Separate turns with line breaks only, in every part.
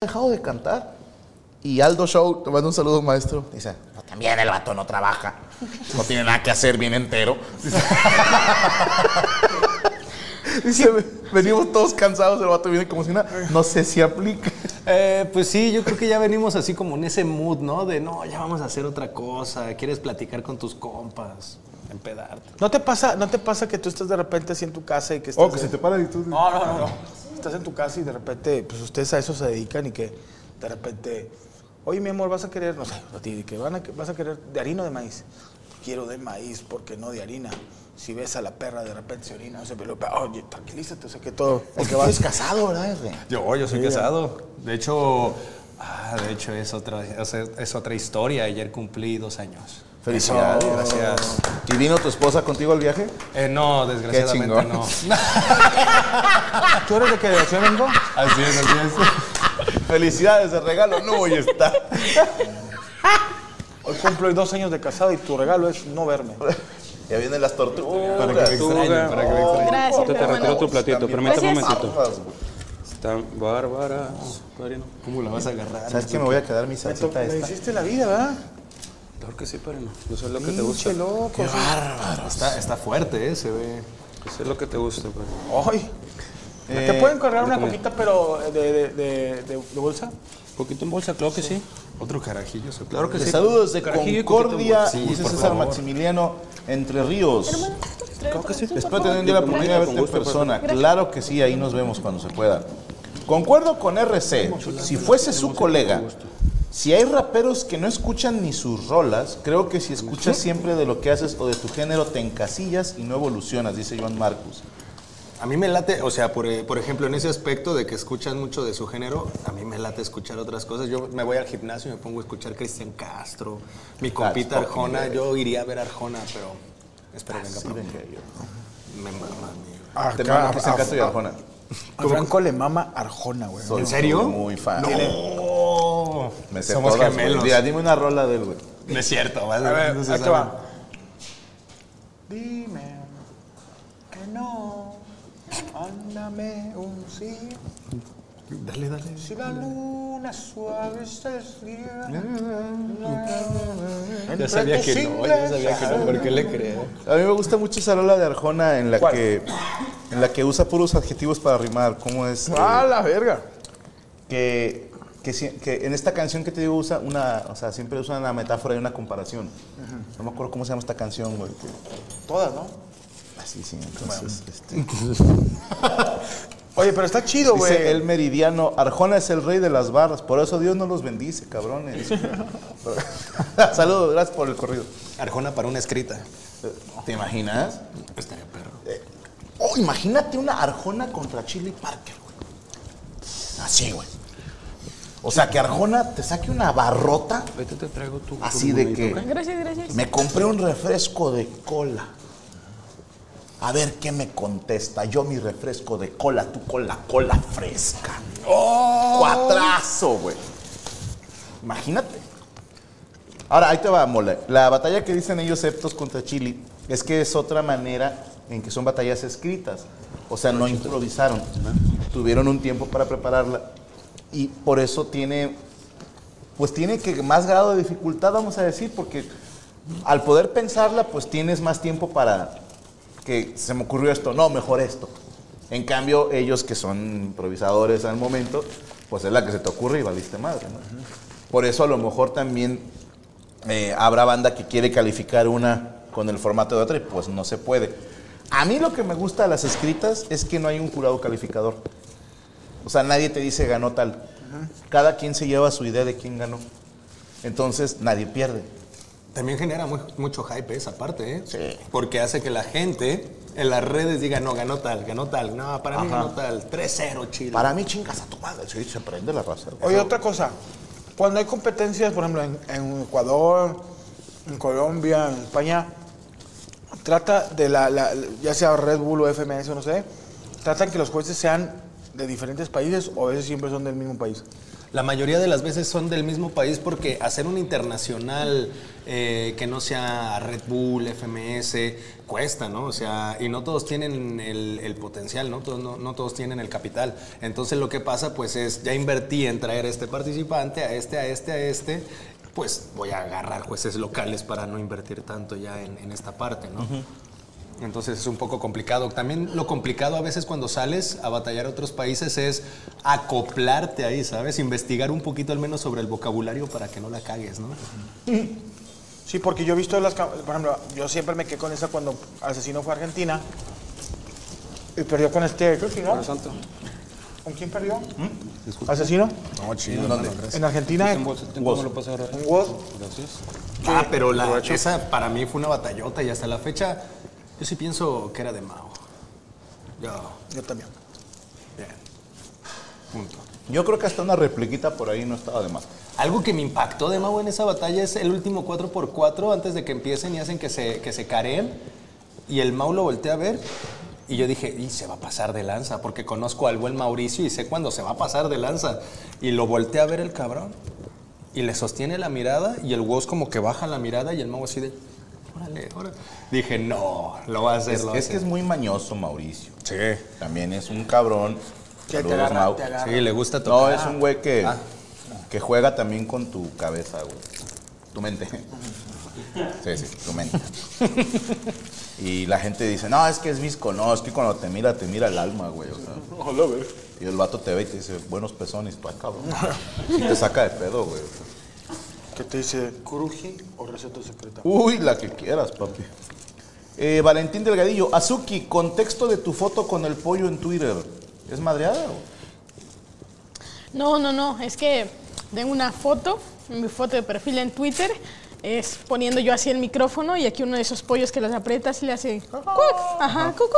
dejado de cantar. Y Aldo Show, te mando un saludo, maestro. Dice, "Pues también el vato no trabaja. No tiene nada que hacer bien entero. Dice, Dice, venimos todos cansados, el vato viene como si nada. No sé si aplica.
Eh, pues sí, yo creo que ya venimos así como en ese mood, ¿no? De no, ya vamos a hacer otra cosa, quieres platicar con tus compas, empedarte.
¿No te pasa, no te pasa que tú estás de repente así en tu casa y que estás
Oh, que
de-
se te para y tú.
No, no, no, no. Estás en tu casa y de repente, pues ustedes a eso se dedican y que de repente, oye, mi amor, vas a querer, no sé, a ti, que van a, que- vas a querer de harina o de maíz. Quiero de maíz porque no de harina. Si ves a la perra de repente se orina, se pero oye, tranquilízate, o sea que todo.
Porque vas casado, ¿verdad? güey?
Yo, yo soy
casado. De hecho, ah, de hecho es otra, es, es otra historia. Ayer cumplí dos años.
Felicidades.
Eso, gracias.
¿Y vino tu esposa contigo al viaje?
Eh, no, desgraciadamente
chingón.
no.
¿Tú eres de qué delegación vengo?
Así es, así es.
Felicidades, de regalo no voy a estar.
Hoy cumplo dos años de casado y tu regalo es no verme.
Ya vienen las tortugas.
Para que me extrañen, para que me extrañen.
Gracias,
Te, te
hermano.
retiro tu platito, permítame un
Gracias.
momentito.
Tortugas, güey.
Está bárbara. Padrino.
¿Cómo la vas a agarrar?
¿Sabes que me voy a quedar mi salsita
Me
esta?
hiciste la vida, ¿verdad?
Claro que sí, padrino. Eso es lo que te gusta.
Pinche loco.
Está, está fuerte, eh, se ve.
Eso es lo que te gusta, pues. padrino.
Ay. ¿Te pueden cargar una
déjame.
coquita, pero eh, de, de- de- de- de bolsa?
Un poquito en bolsa, claro que sí.
Otro carajillo se
Claro que
Les
sí.
Saludos de
Carajillo y
Concordia,
coquito en bolsa.
dice
Sí, por
César
favor.
Maximiliano, Entre Ríos.
Creo que sí.
Espero tener un día la oportunidad de verte en persona. Claro que sí, ahí nos vemos cuando se pueda. Concuerdo con RC. Si fuese su colega, si hay raperos que no escuchan ni sus rolas, creo que si escuchas siempre de lo que haces o de tu género, te encasillas y no evolucionas, dice Joan Marcus.
A mí me late, o sea, por, eh, por ejemplo, en ese aspecto de que escuchan mucho de su género, a mí me late escuchar otras cosas. Yo me voy al gimnasio y me pongo a escuchar Cristian Castro, mi compita
fucking
Arjona. Yo iría a ver a Arjona, pero espero
Ah,
venga
Sí,
pronto.
venga yo.
Me mama, amigo.
Te
Acá,
mando Cristian Castro y Arjona.
A Franco le mama Arjona, güey.
Soy-
¿En serio?
soy Muy fan.
¡No!
Me sé
Somos
todas, güey.
gemelos.
Mira, dime una rola de él, güey.
No es cierto, ¿vale?
A ver,
No se
ahí te
sabe.
va. Dime que no, ándame un sí.
Dale, dale.
Si la luna suave se escribe.
Ya sabía que no, ya sabía que no, ¿por qué le creé?
A mí me gusta mucho esa rola de Arjona en la
¿Cuál?
que en la que usa puros adjetivos para rimar, ¿cómo es? eh,
¡Ah, la verga!
que, que, si- que en esta canción que te digo usa una, o sea, siempre usa una metáfora y una comparación. No me acuerdo cómo se llama esta canción, güey. que-
Todas, ¿no?
Así, sí, entonces. este,
Oye, pero está chido, güey.
dice el meridiano, Arjona es el rey de las barras, por eso Dios no los bendice, cabrones. Saludos, gracias por el corrido.
Arjona para una escrita.
¿Te imaginas?
Estaría perro.
Oh, imagínate una Arjona contra Chili Parker, güey. Así, güey. O sea, que Arjona te saque una barrota
Vete, te traigo tu. tu
así de
monedito,
que...
¿ok?
Gracias, gracias.
Me compré un refresco de cola. A ver qué me contesta. Yo mi refresco de cola, tú con la cola fresca. Cuatrazo, güey. Imagínate. Ahora, ahí te va, Mola. La batalla que dicen ellos septos contra Chile es que es otra manera en que son batallas escritas. O sea, no improvisaron. Tuvieron un tiempo para prepararla. Y por eso tiene pues tiene que más grado de dificultad, vamos a decir, porque al poder pensarla, pues tienes más tiempo para que se me ocurrió esto, no, mejor esto. En cambio, ellos que son improvisadores al momento, pues es la que se te ocurre y valiste madre. ¿no? Por eso a lo mejor también eh, habrá banda que quiere calificar una con el formato de otra y pues no se puede. A mí lo que me gusta de las escritas es que no hay un jurado calificador. O sea, nadie te dice ganó tal. Cada quien se lleva su idea de quién ganó. Entonces, nadie pierde.
También genera muy- mucho hype esa parte, ¿eh? Porque hace que la gente en las redes diga, no, ganó tal, ganó tal. No, para mí ganó tal. 3-0, Chile.
Para mí, chingas a tu madre. Sí, se prende la raza.
Oye, otra cosa. Cuando hay competencias, por ejemplo, en, en Ecuador, en Colombia, en España, trata de la, la- ya sea Red Bull o FMS o no sé, tratan que los jueces sean de diferentes países o a veces siempre son del mismo país.
La mayoría de las veces son del mismo país porque hacer un internacional eh, que no sea Red Bull, FMS, cuesta, ¿no? O sea, y no todos tienen el, el potencial, ¿no? Todos, ¿no? no todos tienen el capital. Entonces lo que pasa pues es, ya invertí en traer a este participante, a este, a este, a este, pues voy a agarrar jueces locales para no invertir tanto ya en, en esta parte, ¿no? Entonces es un poco complicado. También lo complicado a veces cuando sales a batallar a otros países es acoplarte ahí, ¿sabes? Investigar un poquito al menos sobre el vocabulario para que no la cagues, ¿no?
Sí, porque yo he visto las... cam- Por ejemplo, yo siempre me quedé con esa cuando Asesino fue a Argentina y perdió con este... creo que no.
Por santo.
¿Con quién perdió? ¿Asesino?
¿Mm? No, chido.
En Argentina,
¿Cómo
Vos.
lo pasas ahora?
un Wolf.
Gracias.
Ah, pero la, esa para mí fue una batallota y hasta la fecha yo sí pienso que era de Mao. Yo,
Yo también.
bien. Punto.
Yo creo que hasta una repliquita por ahí no estaba de más.
Algo que me impactó de nuevo en esa batalla es el último 4x4 antes de que empiecen y hacen que se, que se careen. Y el Mau lo volteé a ver y yo dije, y se va a pasar de lanza, porque conozco al buen Mauricio y sé cuándo se va a pasar de lanza. Y lo volteé a ver el cabrón y le sostiene la mirada y el Woz como que baja la mirada y el Mau así de, órale, órale. Dije, no, lo va a hacer,
Es,
lo va a
es que es
hacer".
muy mañoso Mauricio.
Sí.
También es un cabrón.
Que te
Saludos,
agarra,
Mau.
te agarra.
Sí, le gusta
No,
tocar.
es un güey que,
Ah.
que juega también con tu cabeza, güey. Tu mente. Sí, sí, tu mente. Y la gente dice, no, es que es visco. No, es que cuando te mira, te mira el alma, güey. o sea. Y el vato te ve y te dice, buenos pezones, tú ah, cabrón. Sí te saca de pedo, güey.
¿Qué te dice? ¿Cruje o receta secreta?
Uy, la que quieras, papi. Eh, Valentín Delgadillo, Azuki, contexto de tu foto con el pollo en Twitter. ¿Es madreada? güey?
No, no, no. Es que tengo una foto, mi foto de perfil en Twitter, es poniendo yo así el micrófono y aquí uno de esos pollos que los aprietas y le hace cuac, ajá, cucuc.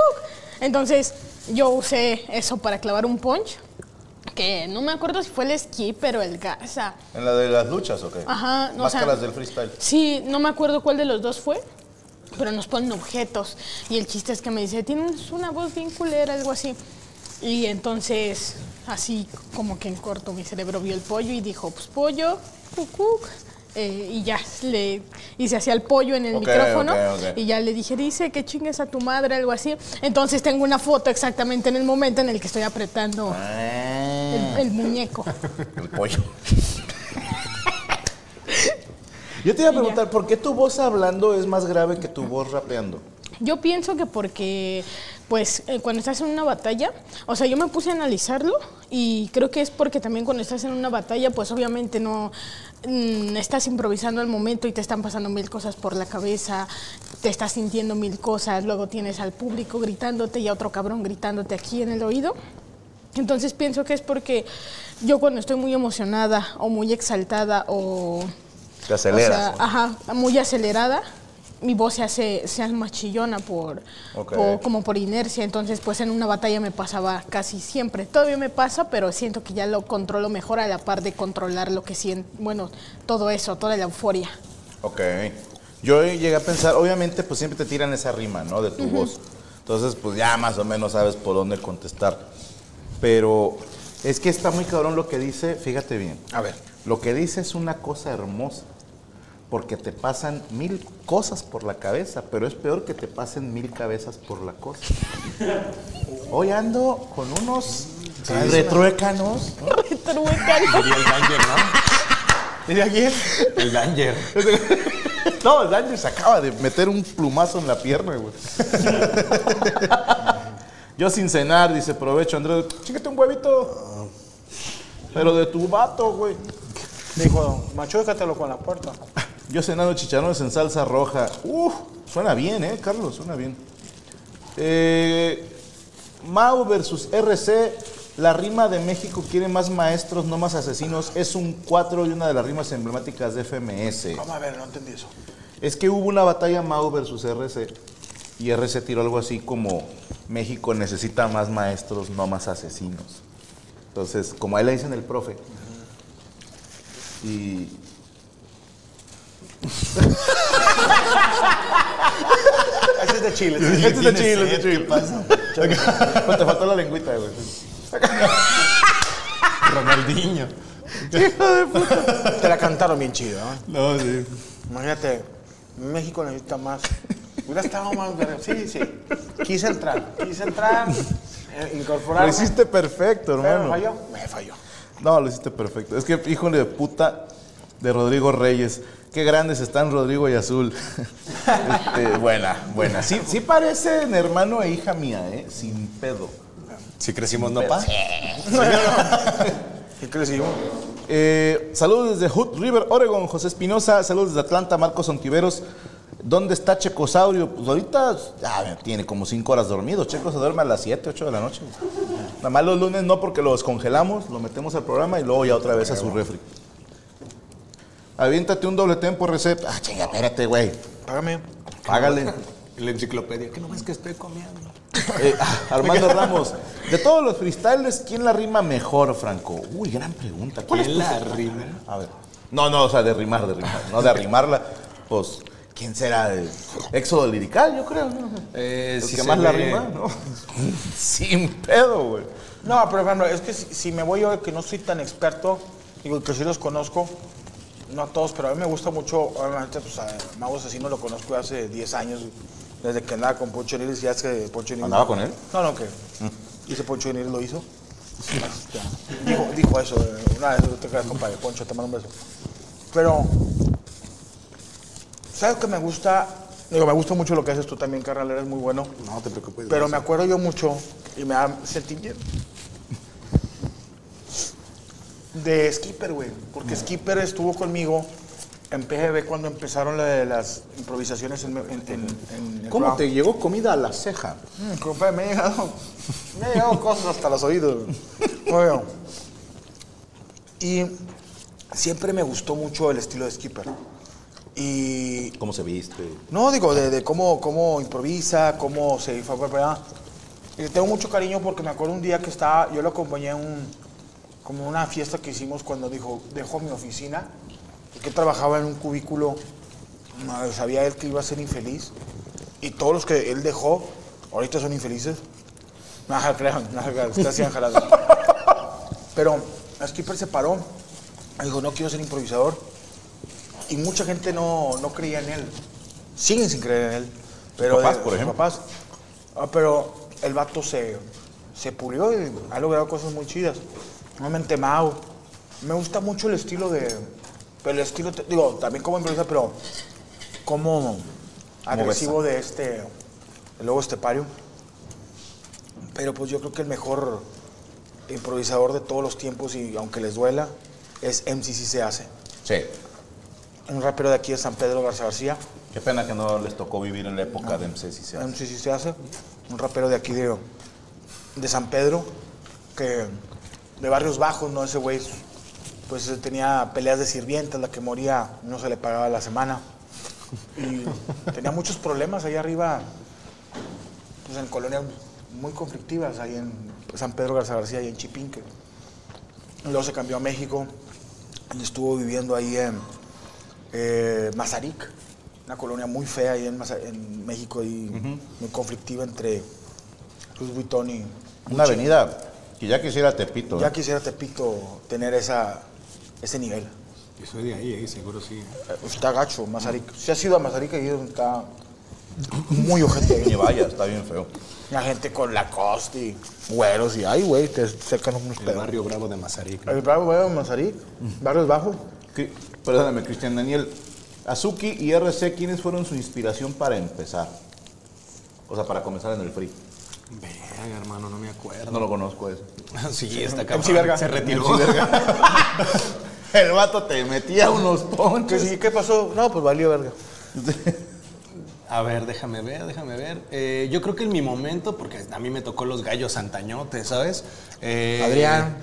Entonces yo usé eso para clavar un punch, que no me acuerdo si fue el esquí, pero el gasa.
¿En la de las luchas o qué?
Ajá, no, o sea-
Máscaras del freestyle.
Sí, no me acuerdo cuál de los dos fue, pero nos ponen objetos. Y el chiste es que me dice, tienes una voz bien culera, algo así. Y entonces, así como que en corto, mi cerebro vio el pollo y dijo, pues pollo, cucuc. eh, y ya le hice hacia el pollo en el
Ok,
micrófono
ok, ok.
y ya le dije, dice que chingues a tu madre, algo así. Entonces tengo una foto exactamente en el momento en el que estoy apretando
Ah.
el- el muñeco.
El pollo. Yo te iba a preguntar, ¿por qué tu voz hablando es más grave que tu voz rapeando?
Yo pienso que porque, pues, eh, cuando estás en una batalla, o sea, yo me puse a analizarlo y creo que es porque también cuando estás en una batalla, pues obviamente no mm, estás improvisando al momento y te están pasando mil cosas por la cabeza, te estás sintiendo mil cosas, luego tienes al público gritándote y a otro cabrón gritándote aquí en el oído. Entonces pienso que es porque yo cuando estoy muy emocionada o muy exaltada o
Te aceleras. pues.
o sea, ajá, muy acelerada. Mi voz se hace, se hace más chillona por,
Ok.
por- como por inercia. Entonces, pues en una batalla me pasaba casi siempre. Todavía me pasa, pero siento que ya lo controlo mejor a la par de controlar lo que siento. Bueno, todo eso, toda la euforia.
Ok. Yo llegué a pensar, obviamente, pues siempre te tiran esa rima, ¿no? De tu voz. Entonces, pues ya más o menos sabes por dónde contestar. Pero es que está muy cabrón lo que dice, fíjate bien.
A ver.
Lo que dice es una cosa hermosa, porque te pasan mil cosas por la cabeza, pero es peor que te pasen mil cabezas por la cosa. Hoy ando con unos Ah, retruécanos.
Truécalo.
Y el Danger, ¿no?
¿Diría quién?
El Danger.
No, el Daniel se acaba de meter un plumazo en la pierna, güey. Yo sin cenar, dice, provecho, Andrés, chíquete un huevito. Pero de tu vato, güey.
Dijo, machúcatelo con la puerta.
Yo cenando chicharrones en salsa roja. Uf, suena bien, ¿eh, Carlos? Suena bien. Eh, Mau versus RC. La rima de México quiere más maestros, no más asesinos. Es un 4 y una de las rimas emblemáticas de FMS.
Vamos a ver, no entendí eso.
Es que hubo una batalla Mau versus RC y RC tiró algo así como México necesita más maestros, no más asesinos. Entonces, como a él le dicen el profe. Y
Ese es de Chile.
Este es de Chile, este es de Chile. Te faltó la lengüita, güey.
Ronaldinho.
Hijo de puta. Te la cantaron bien chido, ¿eh?
No, sí.
Imagínate, México necesita más. Hubiera estado más verga. Sí, sí. Quise entrar, quise entrar, eh,
Lo
incorporarme.
hiciste perfecto,
pero me
hermano.
falló. Me falló.
No, lo hiciste perfecto. Es que, híjole de puta, de Rodrigo Reyes. Qué grandes están Rodrigo y Azul. Este, buena, buena. Sí, sí parecen hermano e hija mía, ¿eh? Sin pedo.
Si crecimos, no pa.
¿Qué crees,
Eh, saludos desde Hood River, Oregon. José Espinosa. Saludos desde Atlanta. Marcos Ontiveros. ¿Dónde está Checosaurio? Pues ahorita ah, tiene como cinco horas dormido. Checo se duerme a las 7, 8 de la noche. Nada más los lunes no, porque lo descongelamos, lo metemos al programa y luego ya otra vez a su refri. Aviéntate un doble tempo, receta. Ah, chinga, espérate, güey.
Págame.
Págale.
La enciclopedia. ¿Qué no ves que estoy comiendo?
Eh, ah, Armando Ramos. De todos los freestyles, ¿quién la rima mejor, Franco? Uy, gran pregunta. ¿Quién
¿Quién la rima?
A ver. No, no, o sea, de rimar, de rimar. No, de arrimarla. Pues, ¿quién será? Eh, Éxodo lirical, yo creo. ¿no?
Eh,
El
sí
que
se
más la
ve.
rima, ¿no? Sin pedo, güey.
No, pero hermano, es que si, si me voy yo que no soy tan experto, digo que sí los conozco, no a todos, pero a mí me gusta mucho, obviamente, pues a Mago Asesino lo conozco hace 10 años, desde que andaba con Poncho Niles y hace que Poncho Niles...
¿Andaba con él? Mm.
No, no, que dice Poncho Niles lo hizo. Este, dijo, dijo eso, eh, una vez te quedas, compadre, Poncho, te mando un beso. Pero, ¿sabes que me gusta? Digo, me gusta mucho lo que haces tú también, carnal, eres muy bueno.
No te preocupes.
Pero me acuerdo yo mucho y me da sentimiento. De Skipper, güey. Porque Skipper estuvo conmigo en PGB cuando empezaron la de las improvisaciones en, en- en- en el
¿Cómo
programa.
te llegó comida a la ceja?
Mm, compadre, me ha llegado, me ha llegado cosas hasta los oídos. Oigan, y siempre me gustó mucho el estilo de Skipper. Y
¿Cómo se viste?
no, digo, de, de cómo, cómo improvisa, cómo se fue preparada. Y le tengo mucho cariño porque me acuerdo un día que estaba, yo lo acompañé a un, como una fiesta que hicimos cuando dijo, dejo mi oficina, que trabajaba en un cubículo, madre, sabía él que iba a ser infeliz, y todos los que él dejó, ahorita son infelices. Nada, crean, nada, ustedes hacían jaladas. Pero Skipper se paró, dijo, no quiero ser improvisador, y mucha gente no, no creía en él. Siguen sin creer en él. Pero
papás,
de-
por
sus
ejemplo.
papás. Ah, pero el vato se, se pulió y ha logrado cosas muy chidas. Normalmente Mau. Me gusta mucho el estilo de. Pero el estilo, te- digo, también como improvisa, pero como agresivo de este. El lobo estepario. Pero pues yo creo que el mejor improvisador de todos los tiempos, y aunque les duela, es MCC se hace
Sí.
un rapero de aquí de San Pedro Garza García,
Qué pena que no les tocó vivir en la época de MC si se
Ah,
hace.
no sé si se hace, un rapero de aquí de, de San Pedro, que de barrios bajos, ¿no? Ese güey, pues eh, tenía peleas de sirvientas, la que moría no se le pagaba la semana. Y tenía muchos problemas ahí arriba, pues en colonias muy conflictivas, ahí en San Pedro Garza García y en Chipinque. Luego se cambió a México y estuvo viviendo ahí en eh, Mazarik, una colonia muy fea ahí en, Maza- en México y muy conflictiva entre Luis Vuitton y...
Una avenida que ya quisiera Tepito. ¿eh?
Ya quisiera Tepito tener esa, ese nivel.
Yo soy de ahí, eh, seguro sí.
Eh, Está gacho, Mazarik. Si has ido a Mazarik, ahí está muy ojete.
Ni vaya, está bien feo.
La gente con la costa y güeros y ay, güey, te sacan unos
El
pedos.
barrio bravo de Mazarik.
El bravo, güey, de Mazarik, barrios bajos.
Cri- Perdóname, Cristian Daniel. Azuki y RC, ¿quiénes fueron su inspiración para empezar? O sea, para comenzar en el free.
Verga, hermano, no me acuerdo.
No lo conozco eso.
Sí, está cabrón.
MC Verga.
Se retiró.
El vato te metía unos
¿Qué,
ponches.
sí, ¿Qué pasó? No, pues valió verga.
A ver, déjame ver, déjame ver. Eh, yo creo que en mi momento, porque a mí me tocó los gallos antañotes, ¿sabes? Eh,
Adrián.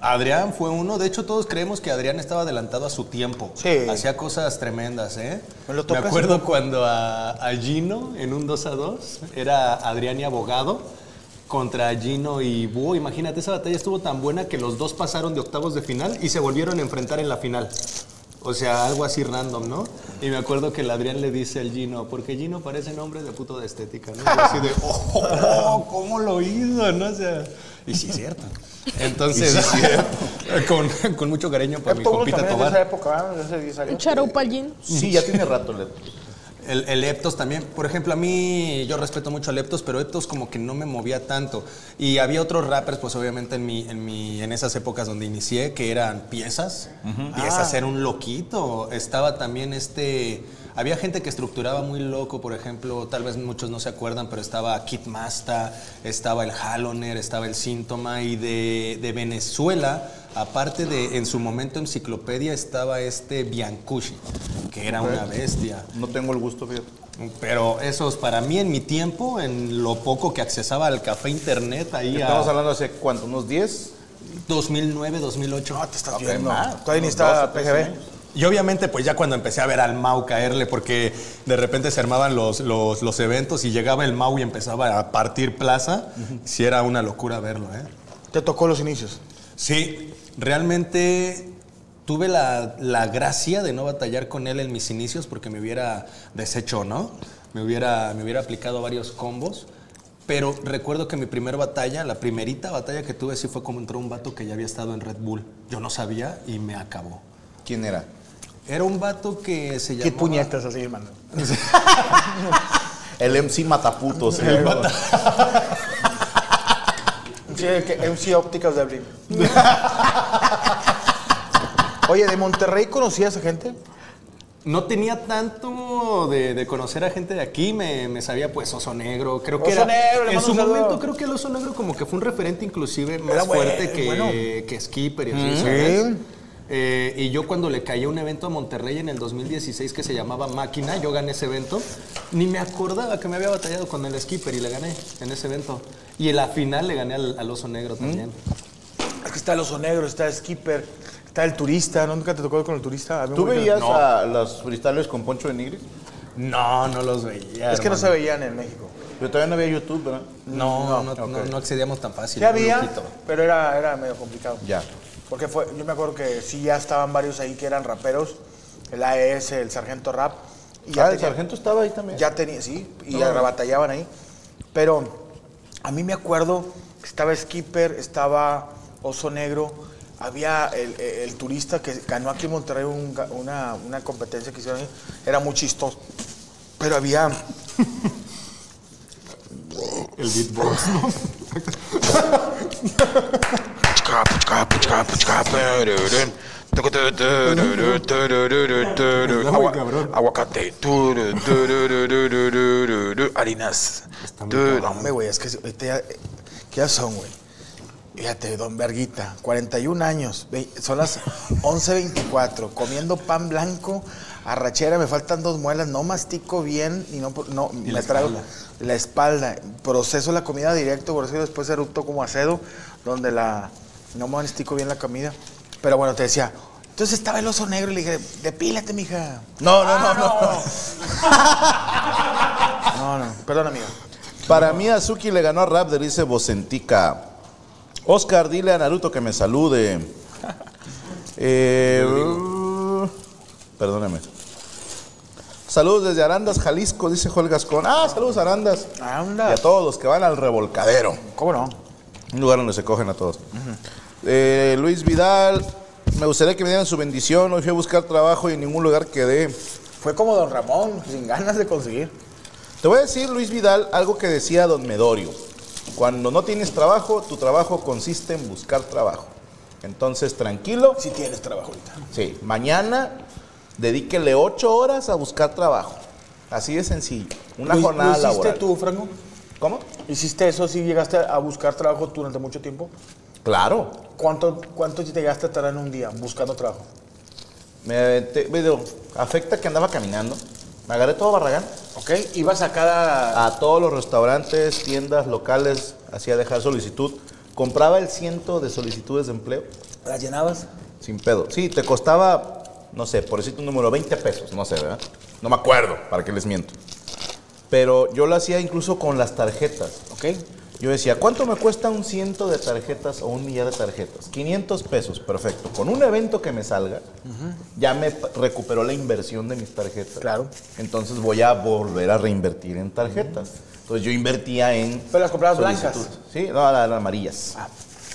Adrián fue uno. De hecho, todos creemos que Adrián estaba adelantado a su tiempo.
Sí.
Hacía cosas tremendas, ¿eh?
Me lo topé hace
acuerdo cuando a, a Gino, en un 2 a 2, era Adrián y abogado contra Gino y Búho. Imagínate, esa batalla estuvo tan buena que los dos pasaron de octavos de final y se volvieron a enfrentar en la final. O sea, algo así random, ¿no? Y me acuerdo que el Adrián le dice al Gino, porque Gino parece nombre de puto de estética, ¿no? Y así de, oh, oh, ¿cómo lo hizo? ¿No? O sea, y sí es cierto. Entonces, Con, con mucho cariño para mi
Epto uno
compita
también es de esa
Tobar.
época, ¿eh? De hace 10
Un
años.
charopallín.
Sí, ya tiene rato. le-
El, el Eptos también. Por ejemplo, a mí yo respeto mucho al Eptos, pero Eptos como que no me movía tanto. Y había otros rappers, pues obviamente en mi, en mi, en esas épocas donde inicié, que eran piezas. Piezas era un loquito. Estaba también este. Había gente que estructuraba muy loco, por ejemplo, tal vez muchos no se acuerdan, pero estaba Kit Masta, estaba el Haloner, estaba el Síntoma, y de, de Venezuela, aparte de en su momento enciclopedia, estaba este Biancushi, que era una bestia.
No tengo el gusto, fíjate.
Pero esos, para mí, en mi tiempo, en lo poco que accesaba al café internet, ahí
Estamos
a
hablando hace cuánto, unos 10.
2009, 2008.
No, te estás
Ok,
viendo.
ma,
Todavía ni
unos
está
12, 13
PGB.
años.
Y obviamente, pues ya cuando empecé a ver al Mau caerle, porque de repente se armaban los, los, los eventos y llegaba el Mau y empezaba a partir plaza, sí era una locura verlo, ¿eh?
Te tocó los inicios.
Sí, realmente tuve la, la gracia de no batallar con él en mis inicios porque me hubiera deshecho, ¿no? Me hubiera, me hubiera aplicado varios combos. Pero recuerdo que mi primer batalla, la primerita batalla que tuve, sí fue contra un vato que ya había estado en Red Bull. Yo no sabía y me acabó.
¿Quién era?
Era un vato que se llamaba...
¿Qué puñetas así, hermano?
El MC Mataputos. ¿eh?
Sí, que MC Ópticas de Abril. Oye, ¿de Monterrey conocías a gente?
No tenía tanto de, de conocer a gente de aquí, me, me sabía pues Oso Negro, creo que
Oso
era...
Negro, le
en
mando
su
un saludo.
momento creo que el Oso Negro como que fue un referente inclusive más
Era bueno,
fuerte que,
bueno.
que Skipper y así, ¿sabes? Eh, y yo cuando le caí a un evento a Monterrey en el 2016 que se llamaba Máquina, yo gané ese evento, ni me acordaba que me había batallado con el Skipper y le gané en ese evento. Y en la final le gané al, al Oso Negro también.
Es que está el oso negro, está Skipper, está el turista. ¿no? ¿Nunca te tocó con el turista? A mí me
¿Tú
gusta.
veías
No.
a los freestylers con Poncho de Nigris?
No, no los veía.
Es que
hermano.
no se veían en México.
Pero todavía no había YouTube, ¿verdad?
No, no, no- no accedíamos tan fácil.
Sí había,
Lujito.
pero era, era medio complicado.
Ya.
Porque fue, yo me acuerdo que sí ya estaban varios ahí que eran raperos, el AES, el Sargento Rap. Y ya
ah, el
tenía-
sargento estaba ahí también.
Ya tenía, sí, y ya batallaban ahí. Pero a mí me acuerdo que estaba Skipper, estaba Oso Negro, había el, el- el turista que ganó aquí en Monterrey un ga- una, una competencia que hicieron ahí. Era muy chistoso. Pero había.
El beatbox.
Agua- Aguacate. Harinas.
No, hombre, güey, es que ahorita ya- ¿Qué ya son, güey? Fíjate, don Verguita, 41 años, ve- son las 11.24, comiendo pan blanco, arrachera, me faltan dos muelas, no mastico bien y no, no me trago la espalda. Proceso la comida directo, por eso después erupto como acedo, donde la no mastico bien la comida. Pero bueno, te decía, entonces estaba el oso negro y le dije, depílate, mija. Ah,
No, no, no, no.
No, no, perdón, amigo.
Para mí, Azuki le ganó a Raptor, dice Vocentica. Oscar, dile a Naruto que me salude. Eh, uh, perdóname. Saludos desde Arandas, Jalisco, dice Joel Gascón. Ah, saludos Arandas.
Anda.
Y a todos los que van al revolcadero.
¿Cómo no?
Un lugar donde se cogen a todos. Eh, Luis Vidal, me gustaría que me dieran su bendición. Hoy fui a buscar trabajo y en ningún lugar quedé.
Fue como don Ramón, sin ganas de conseguir.
Te voy a decir, Luis Vidal, algo que decía don Medorio. Cuando no tienes trabajo, tu trabajo consiste en buscar trabajo. Entonces, tranquilo.
Si tienes trabajo ahorita.
Sí, mañana dedíquele ocho horas a buscar trabajo. Así de sencillo. Una
¿Lo- lo
jornada
hiciste
laboral.
tú, Franco?
¿Cómo?
¿Hiciste eso si llegaste a buscar trabajo durante mucho tiempo?
Claro.
¿Cuánto, cuánto te llegaste a tardar en un día buscando trabajo?
Me aventé- me dio- afecta que andaba caminando. Me agarré todo Barragán.
¿Ok? Ibas a cada...
a todos los restaurantes, tiendas locales, hacía dejar solicitud. Compraba el ciento de solicitudes de empleo
¿Las llenabas?
sin pedo. Sí, te costaba, no sé, por decirte un número, 20 pesos, no sé, ¿verdad? No me acuerdo, para que les miento. Pero yo lo hacía incluso con las tarjetas.
¿Ok?
Yo decía, ¿cuánto me cuesta un ciento de tarjetas o un millar de tarjetas? 500 pesos, perfecto. Con un evento que me salga, ya me pa- recuperó la inversión de mis tarjetas.
Claro.
Entonces voy a volver a reinvertir en tarjetas. Entonces yo invertía en...
Pero las comprabas blancas.
solicitudes. Sí, no, las las amarillas.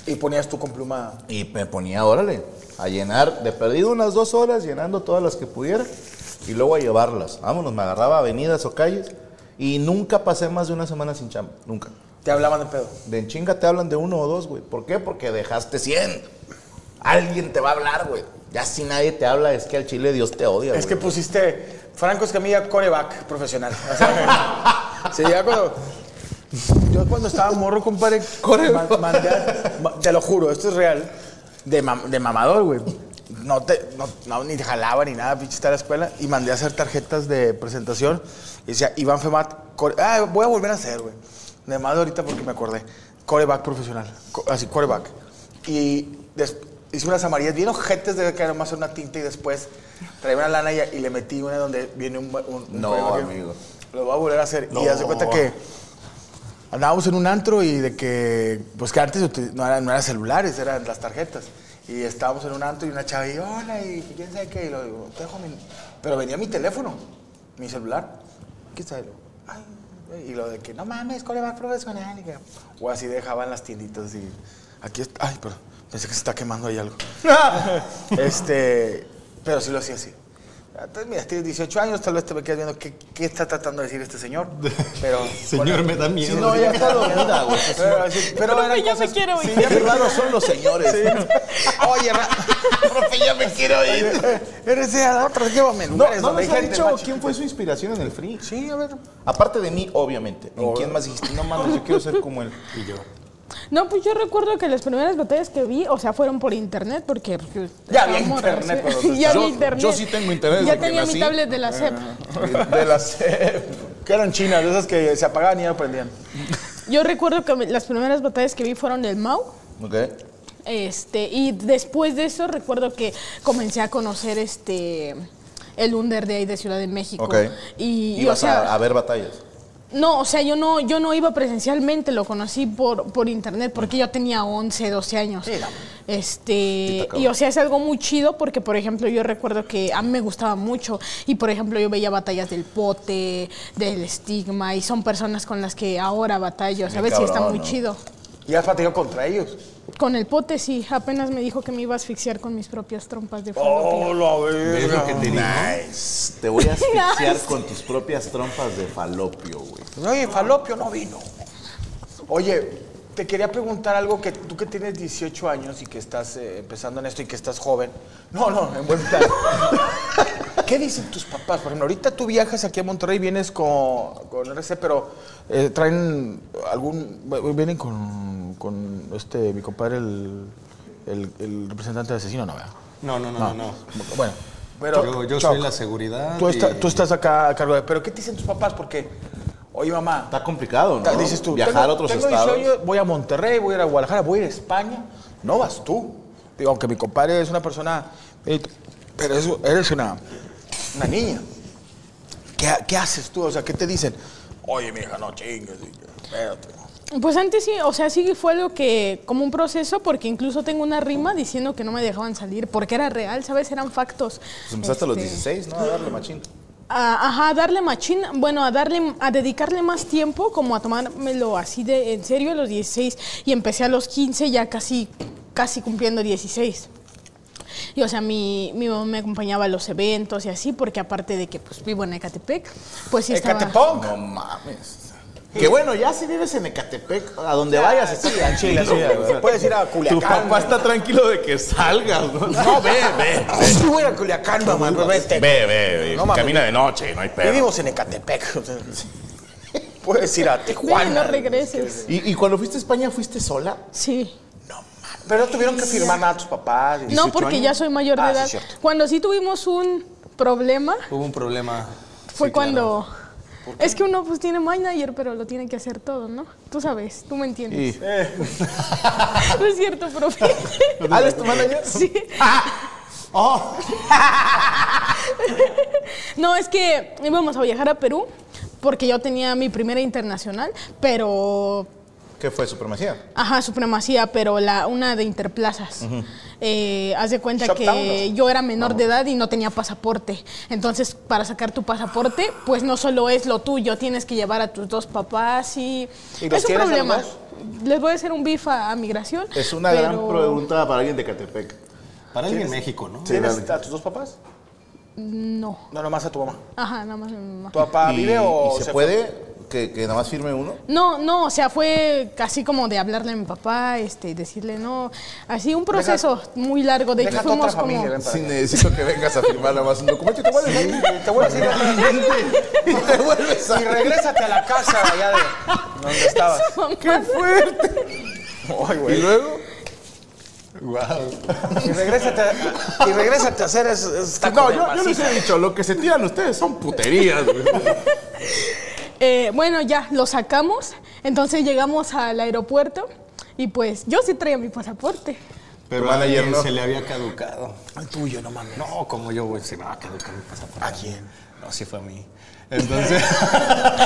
Y ponías tú con pluma.
Y me ponía, órale, a llenar, de perdido unas dos horas, llenando todas las que pudiera y luego a llevarlas. Vámonos, me agarraba avenidas o calles y nunca pasé más de una semana sin chamba, nunca.
Te hablaban de pedo.
De en chinga te hablan de uno o dos, güey. ¿Por qué? Porque dejaste 100. Alguien te va a hablar, güey. Ya si nadie te habla, es que al chile Dios te odia,
Es que
güey.
pusiste Franco Escamilla coreback profesional. O sea, sí, ya cuando. Yo cuando estaba morro, compadre, ma- mandé a- ma- te lo juro, esto es real, de, mam- de mamador, güey. No te, no, no, ni te jalaba ni nada, pinche, está la escuela. Y mandé a hacer tarjetas de presentación. Y decía, Iván Femat, core- ah, voy a volver a hacer, güey. De más ahorita porque me acordé. Coreback profesional, co- así, coreback. Y des- hice unas amarillas bien ojetes de que era más una tinta y después traía una lana y, y le metí una donde viene un... ba- un- un
No,
coreback. ¿eh?
amigo.
Lo voy a volver a hacer. Y hace cuenta que andábamos en un antro y de que, pues que antes uti- no eran, no eran celulares, eran las tarjetas. Y estábamos en un antro y una chava y, hola, y quién sabe qué, y lo digo, te dejo mi... Pero venía mi teléfono, mi celular. ¿Qué sabe? Lo, Ay, güey, y lo de que, no mames, coreback profesional. y que- O así dejaban las tienditas y, aquí, est- ay, perdón, pensé que se está quemando ahí algo. este, pero sí lo hacía así. Entonces, mira, tienes 18 años, tal vez te me quedas viendo qué, qué está tratando de decir este señor. Pero,
Señor, me da miedo.
No, ya está dormida, güey.
pero, sí, pero
Profe,
eran
ya me
cosas-
quiero ir.
Sí, ya-
Qué raros son los señores.
Oye, ra-
Profe, ya me quiero ir.
eres de la otra, llévame.
No,
lugares
no
donde
nos
hay
ha
gente,
dicho
macho.
quién fue su inspiración en el free.
Sí, a ver.
Aparte de mí, obviamente. ¿En quién más dijiste? No mames, yo quiero ser como él. Y yo.
No, pues yo recuerdo que las primeras batallas que vi, o sea, fueron por internet, porque... pues,
Ya había
estaba morra,
internet
sí.
cuando tú
ya había
Yo-
internet.
yo sí tengo internet desde
Ya
que Ah.
tenía
nací.
mi tablet de la E SEP.
De las.
Que eran chinas, de esas que se apagaban y ya no prendían.
Yo recuerdo que me- las primeras batallas que vi fueron el Mau.
Ok.
Este, y después de eso recuerdo que comencé a conocer este el Under de ahí de Ciudad de México.
Ok.
Y, y, o
Ibas
sea,
a, a ver batallas.
No, o sea, yo no, yo no iba presencialmente, lo conocí por, por internet porque yo tenía 11, 12 años. Este, y o sea, es algo muy chido porque, por ejemplo, yo recuerdo que a mí me gustaba mucho y, por ejemplo, yo veía batallas del pote, del estigma y son personas con las que ahora batallo, ¿sabes? y está
cabrón,
muy
¿no?
chido.
Y has platicado contra ellos.
Con el pote sí, apenas me dijo que me iba a asfixiar con mis propias trompas de fuego.
Oh, la
Es
verga.
lo que te digo.
Nice. Te voy a asfixiar con tus propias trompas de falopio, güey.
Pues, Oye, Falopio no vino. Oye, te quería preguntar algo que tú que tienes 18 años y que estás eh, empezando en esto y que estás joven. No, no, en buen plan. ¿Qué dicen tus papás? Por ejemplo, ahorita tú viajas aquí a Monterrey, vienes con, con RC, pero eh, traen algún... eh, Vienen con, con este, mi compadre, el, el, el representante de asesino, ¿no? ¿verdad?
No, no, no, no. no.
Bueno, pero...
yo yo
Choc,
soy la seguridad.
Tú, está-
y-
tú estás acá a cargo de... ¿Pero qué te dicen tus papás? Porque, oye, mamá...
Está complicado,
Ta-
¿no?
Dices tú,
Viajar
tengo-
a otros
tengo
estados.
18 años, voy a Monterrey, voy a ir a Guadalajara, voy a ir a España. No vas tú. Digo, aunque mi compadre es una persona. eh, Pero es- eres una, una niña. ¿Qué, ha- qué haces tú? O sea, ¿qué te dicen? Oye, mija, no chingues. Espérate.
Oh.
Pues antes sí, o sea, sí fue algo que, como un proceso, porque incluso tengo una rima diciendo que no me dejaban salir, porque era real, ¿sabes? Eran factos.
Pues empezaste a los
Este,
16, ¿no? A darle machín.
a- ajá, a darle machín, bueno, a darle, a dedicarle más tiempo, como a tomármelo así de en serio a los 16 y empecé a los 15 ya casi, casi cumpliendo 16. Y o sea, mi, mi mamá me acompañaba a los eventos y así, porque aparte de que pues vivo en Ecatepec, pues
Eh,
sí estaba...
Ecatepec.
No mames. Que bueno, ya si vives en Ecatepec, a donde vayas, estás
Sí, a Chile, sí. a- Puedes ir a
Tu
Culiacán.
papá está tranquilo de que salgas, ¿no?
No, ve, ve. Sí, voy a ir a Culiacán, mamá. pero vete.
Ve, ve,
No mames.
camina de noche, no hay pedo.
Vivimos en Ecatepec. o sea, Puedes ir a
Ven,
Tijuana.
no regreses.
¿Y, y cuando fuiste a España, fuiste sola?
Sí.
Pero no tuvieron que firmar nada tus papás.
No, porque ya soy mayor de
Ah, sí,
edad.
cierto.
cuando sí tuvimos un problema
Hubo un problema.
fue
Sí, claro.
cuando... Es que uno pues tiene manager, pero lo tiene que hacer todo, ¿no? Tú sabes, tú me entiendes. no es cierto, profe.
¿Alex tu manager?
sí. No, es que íbamos a viajar a Perú porque yo tenía mi primera internacional, pero
¿Qué fue? ¿Supremacía?
Ajá, supremacía, pero la, una de interplazas. Eh, haz de cuenta que
Shoptown,
yo era menor de edad y no tenía pasaporte. Entonces, para sacar tu pasaporte, pues no solo es lo tuyo, tienes que llevar a tus dos papás y.
¿Y los
es un
tienes a los
problema.
dos?
les voy a hacer un bif a, a migración.
Es una gran
pero-
pregunta para alguien de Catepec.
Para alguien en México, ¿no?
¿Tienes
dale.
a tus dos papás?
No.
No, nomás a tu mamá.
Ajá, nada más a mi mamá.
¿Tu papá
¿Y-
vive o
y se,
fue?
puede que, que nada más firme uno?
No, no, o sea, fue casi como de hablarle a mi papá, este, y decirle no, así un proceso muy largo. De hecho,
Deja a tu otra
fuimos como.
familia, ven para
Sí,
acá.
necesito que vengas a firmar nada más un documento y te vuelves.
Sí, Te voy a decir
Y te vuelves a...
Y regrésate a la casa de allá de donde estabas.
¡Qué fuerte!
Y luego...
Y regrésate a, y regrésate a hacer es, es tacos
No,
de
yo, yo les
maciza.
he dicho, lo que se tiran ustedes son puterías, güey.
Eh, bueno, ya, lo sacamos. Entonces llegamos al aeropuerto y pues yo sí traía mi pasaporte.
Pero
Tu manager
ayer
no.
se le había caducado.
El tuyo, no mames.
No, como yo, güey, se me va a caducar mi pasaporte.
¿A quién?
No, sí fue a mí. Entonces,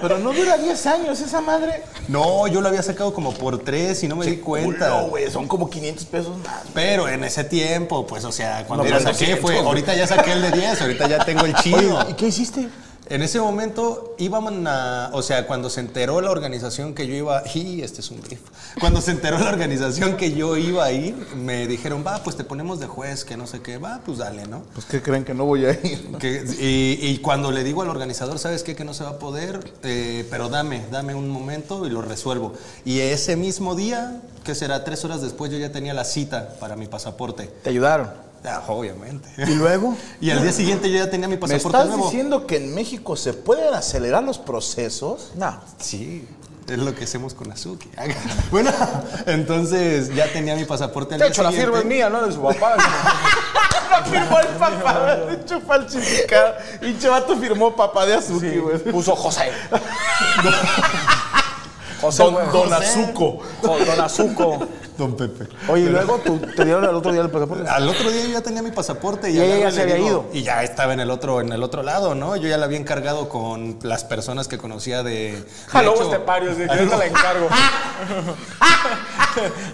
Pero no dura 10 años esa madre.
no, yo lo había sacado como por tres y no me di cuenta.
No, güey, son como 500 pesos más.
Pero en ese tiempo, pues, o sea, cuando
No,
lo
pero
saqué
200,
fue,
güey.
ahorita ya saqué el de 10, ahorita ya tengo el chido.
¿Y qué hiciste?
En ese momento íbamos a, o sea, cuando se enteró la organización que yo iba, y este es un riff. Cuando se enteró la organización que yo iba a ir, me dijeron, va, pues te ponemos de juez, que no sé qué, va, pues dale, ¿no?
Pues que creen que no voy a ir.
Que- y, y cuando le digo al organizador, ¿sabes qué? Que no se va a poder, eh, pero dame, dame un momento y lo resuelvo. Y ese mismo día, que será tres horas después, yo ya tenía la cita para mi pasaporte.
Te ayudaron.
Ah, obviamente.
¿Y luego?
Y al día siguiente yo ya tenía mi
¿Me
pasaporte
estás
nuevo.
diciendo que en México se pueden acelerar los procesos?
No.
Sí, es lo que hacemos con Azuki. bueno, entonces ya tenía mi pasaporte al
De
día
hecho, la
siguiente.
firma es mía, no de su papá.
Firmó el papá, de hecho falsificado. Y Chevato firmó papá de Azuki, güey.
Puso José. José,
Don,
güey.
don Azuco.
Jo- Don Azuco.
Don Pepe.
Oye, ¿y luego tú, te dieron el otro día el pasaporte?
Al otro día yo ya tenía mi pasaporte y,
Y
al
ella ya
árbol
se
le
había
digo-
ido.
Y ya estaba en el otro, en el otro lado, ¿no? Yo ya la había encargado con las personas que conocía de. de
Jaló
hecho-
este pario, así que yo te la encargo.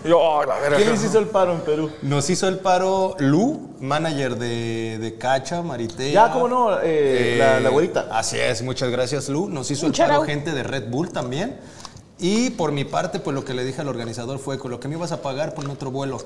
yo, oh, la verga.
¿Quién les hizo el paro en Perú?
Nos hizo el paro Lu, manager de, de Cacha, Maritea.
Ya, cómo no, eh,
Eh,
la, la güerita.
Así es, muchas gracias, Lu. Nos hizo
Un
el paro
charao.
gente de Red Bull también. Y por mi parte, pues lo que le dije al organizador fue, con lo que me ibas a pagar, ponme otro vuelo.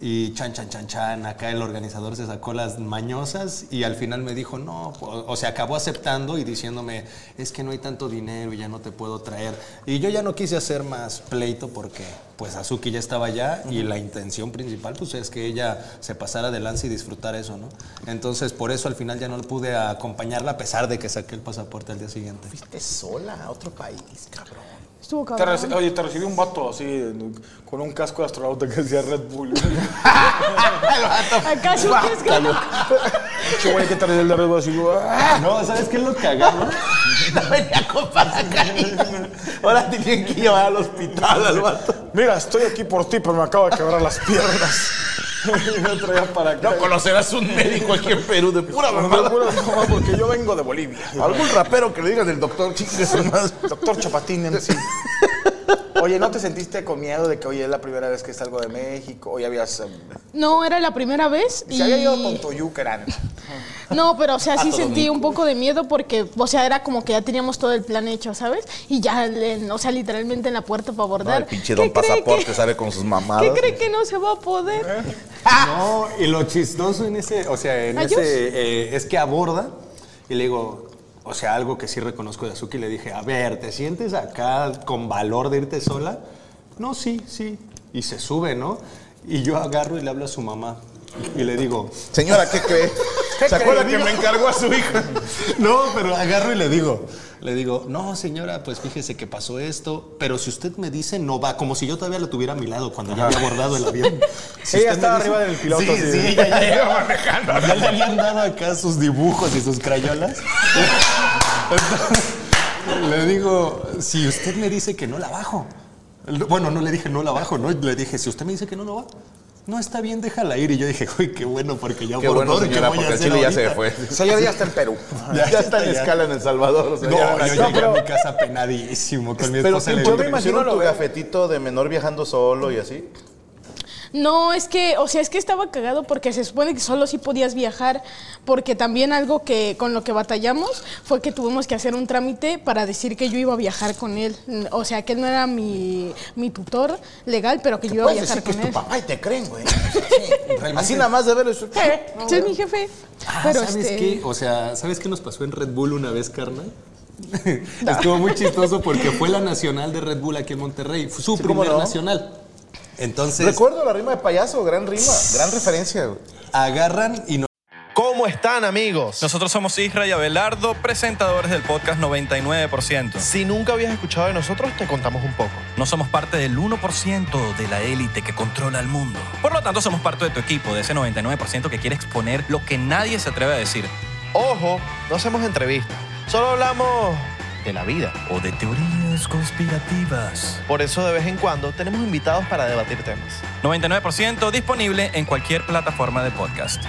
Y chan, chan, chan, chan, acá el organizador se sacó las mañosas y al final me dijo, no, pues", o, o sea, acabó aceptando y diciéndome, es que no hay tanto dinero y ya no te puedo traer. Y yo ya no quise hacer más pleito porque pues Azuki ya estaba allá y la intención principal pues es que ella se pasara de lanza y disfrutara eso, ¿no? Entonces por eso al final ya no pude acompañarla a pesar de que saqué el pasaporte al día siguiente.
Fuiste sola a otro país, cabrón.
Estuvo
Te
cabrón.
reci- oye, te recibió un vato así, en- con un casco de astronauta que decía Red Bull.
Acá sí es que-
Che, güey, ¿qué te recibió el de Red Bull? Así, ¡ah!
No, ¿sabes qué es lo cagado?
Venía con para acá, hijo. Ahora te tienen que llevar al hospital al vato.
Mira, estoy aquí por ti, pero me acabo de quebrar las piernas. y me traía para acá.
conocerás un médico aquí en Perú de pura
No,
mamada.
pura mamá, porque yo vengo de Bolivia.
Algún rapero que le digas del doctor, chingues más.
Doctor Chapatín MC. Oye, ¿no te sentiste con miedo de que, oye, es la primera vez que salgo de México? Oye, habías... em,
No, era la primera vez.
Se había
y-
ido con Toyucaran.
No, pero o sea, sí sentí un poco de miedo porque, o sea, era como que ya teníamos todo el plan hecho, ¿sabes? Y ya, en- o sea, literalmente en la puerta para abordar.
el pinche
¿Qué
don
cree
pasaporte
que-
sale con sus mamadas.
¿Qué cree que no se va a poder?
No, y lo chistoso en ese, o sea, en
Adiós.
ese, eh, es que aborda y le digo, o sea, algo que sí reconozco de Azuki, le dije, a ver, ¿te sientes acá con valor de irte sola? No, sí, sí. Y se sube, ¿no? Y yo agarro y le hablo a su mamá y le digo,
Señora, ¿qué cree? ¿Se acuerda que me encargó a su hija?
no, pero agarro y le digo, le digo, no, señora, pues fíjese que pasó esto, pero si usted me dice no va, como si yo todavía lo tuviera a mi lado cuando ya había abordado el avión. Si usted
Ella
me
estaba
dice-
arriba del piloto.
Sí,
así de-
sí, ya llega manejando.
Ya le habían dado acá sus dibujos y sus crayolas. Entonces, le digo, si usted me dice que no la bajo. Bueno, no le dije no la bajo, no, le dije, si usted me dice que no, no va. No está bien, déjala ir. Y yo dije, uy, qué bueno, porque ya
Qué
por
bueno,
favor, ¿qué
señora,
voy a
porque el
hacer
chile ya se
ahorita?
fue.
Señor, ya está en Perú.
Ah, Ya, está
Ya
en
está, ya.
escala en El Salvador. O sea,
No,
ya-
yo
No,
llegué a mi casa penadísimo con mi
Pero
esposa.
sí,
le
yo
digo,
me imagino
lo
tu
veo.
gafetito de menor viajando solo y así.
No, es que, o sea, es que estaba cagado porque se supone que solo sí podías viajar, porque también algo que con lo que batallamos fue que tuvimos que hacer un trámite para decir que yo iba a viajar con él. O sea, que él no era mi, mi tutor legal, pero que yo iba a
Puedes
Pues,
decir
viajar
que
con
es tu
él.
papá y te creen, güey. Así nada más de verlo. es-
Sí, es mi jefe.
Ah,
pero
¿sabes
este,
qué? O sea, ¿sabes qué nos pasó en Red Bull una vez, carnal? Estuvo muy chistoso porque fue la nacional de Red Bull aquí en Monterrey. Fue su
Sí, ¿cómo
primer
no?
nacional. Entonces,
Recuerdo la rima de payaso, gran rima, gran referencia, güey.
agarran y
¿Cómo están amigos?
Nosotros somos Isra y Abelardo, presentadores del podcast 99%.
Si nunca habías escuchado de nosotros, te contamos un poco.
No somos parte del 1% de la élite que controla el mundo. Por lo tanto, somos parte de tu equipo, de ese 99% que quiere exponer lo que nadie se atreve a decir.
Ojo, no hacemos entrevistas, solo hablamos de la vida.
O de teorías conspirativas.
Por eso de vez en cuando tenemos invitados para debatir temas.
99% disponible en cualquier plataforma de podcast.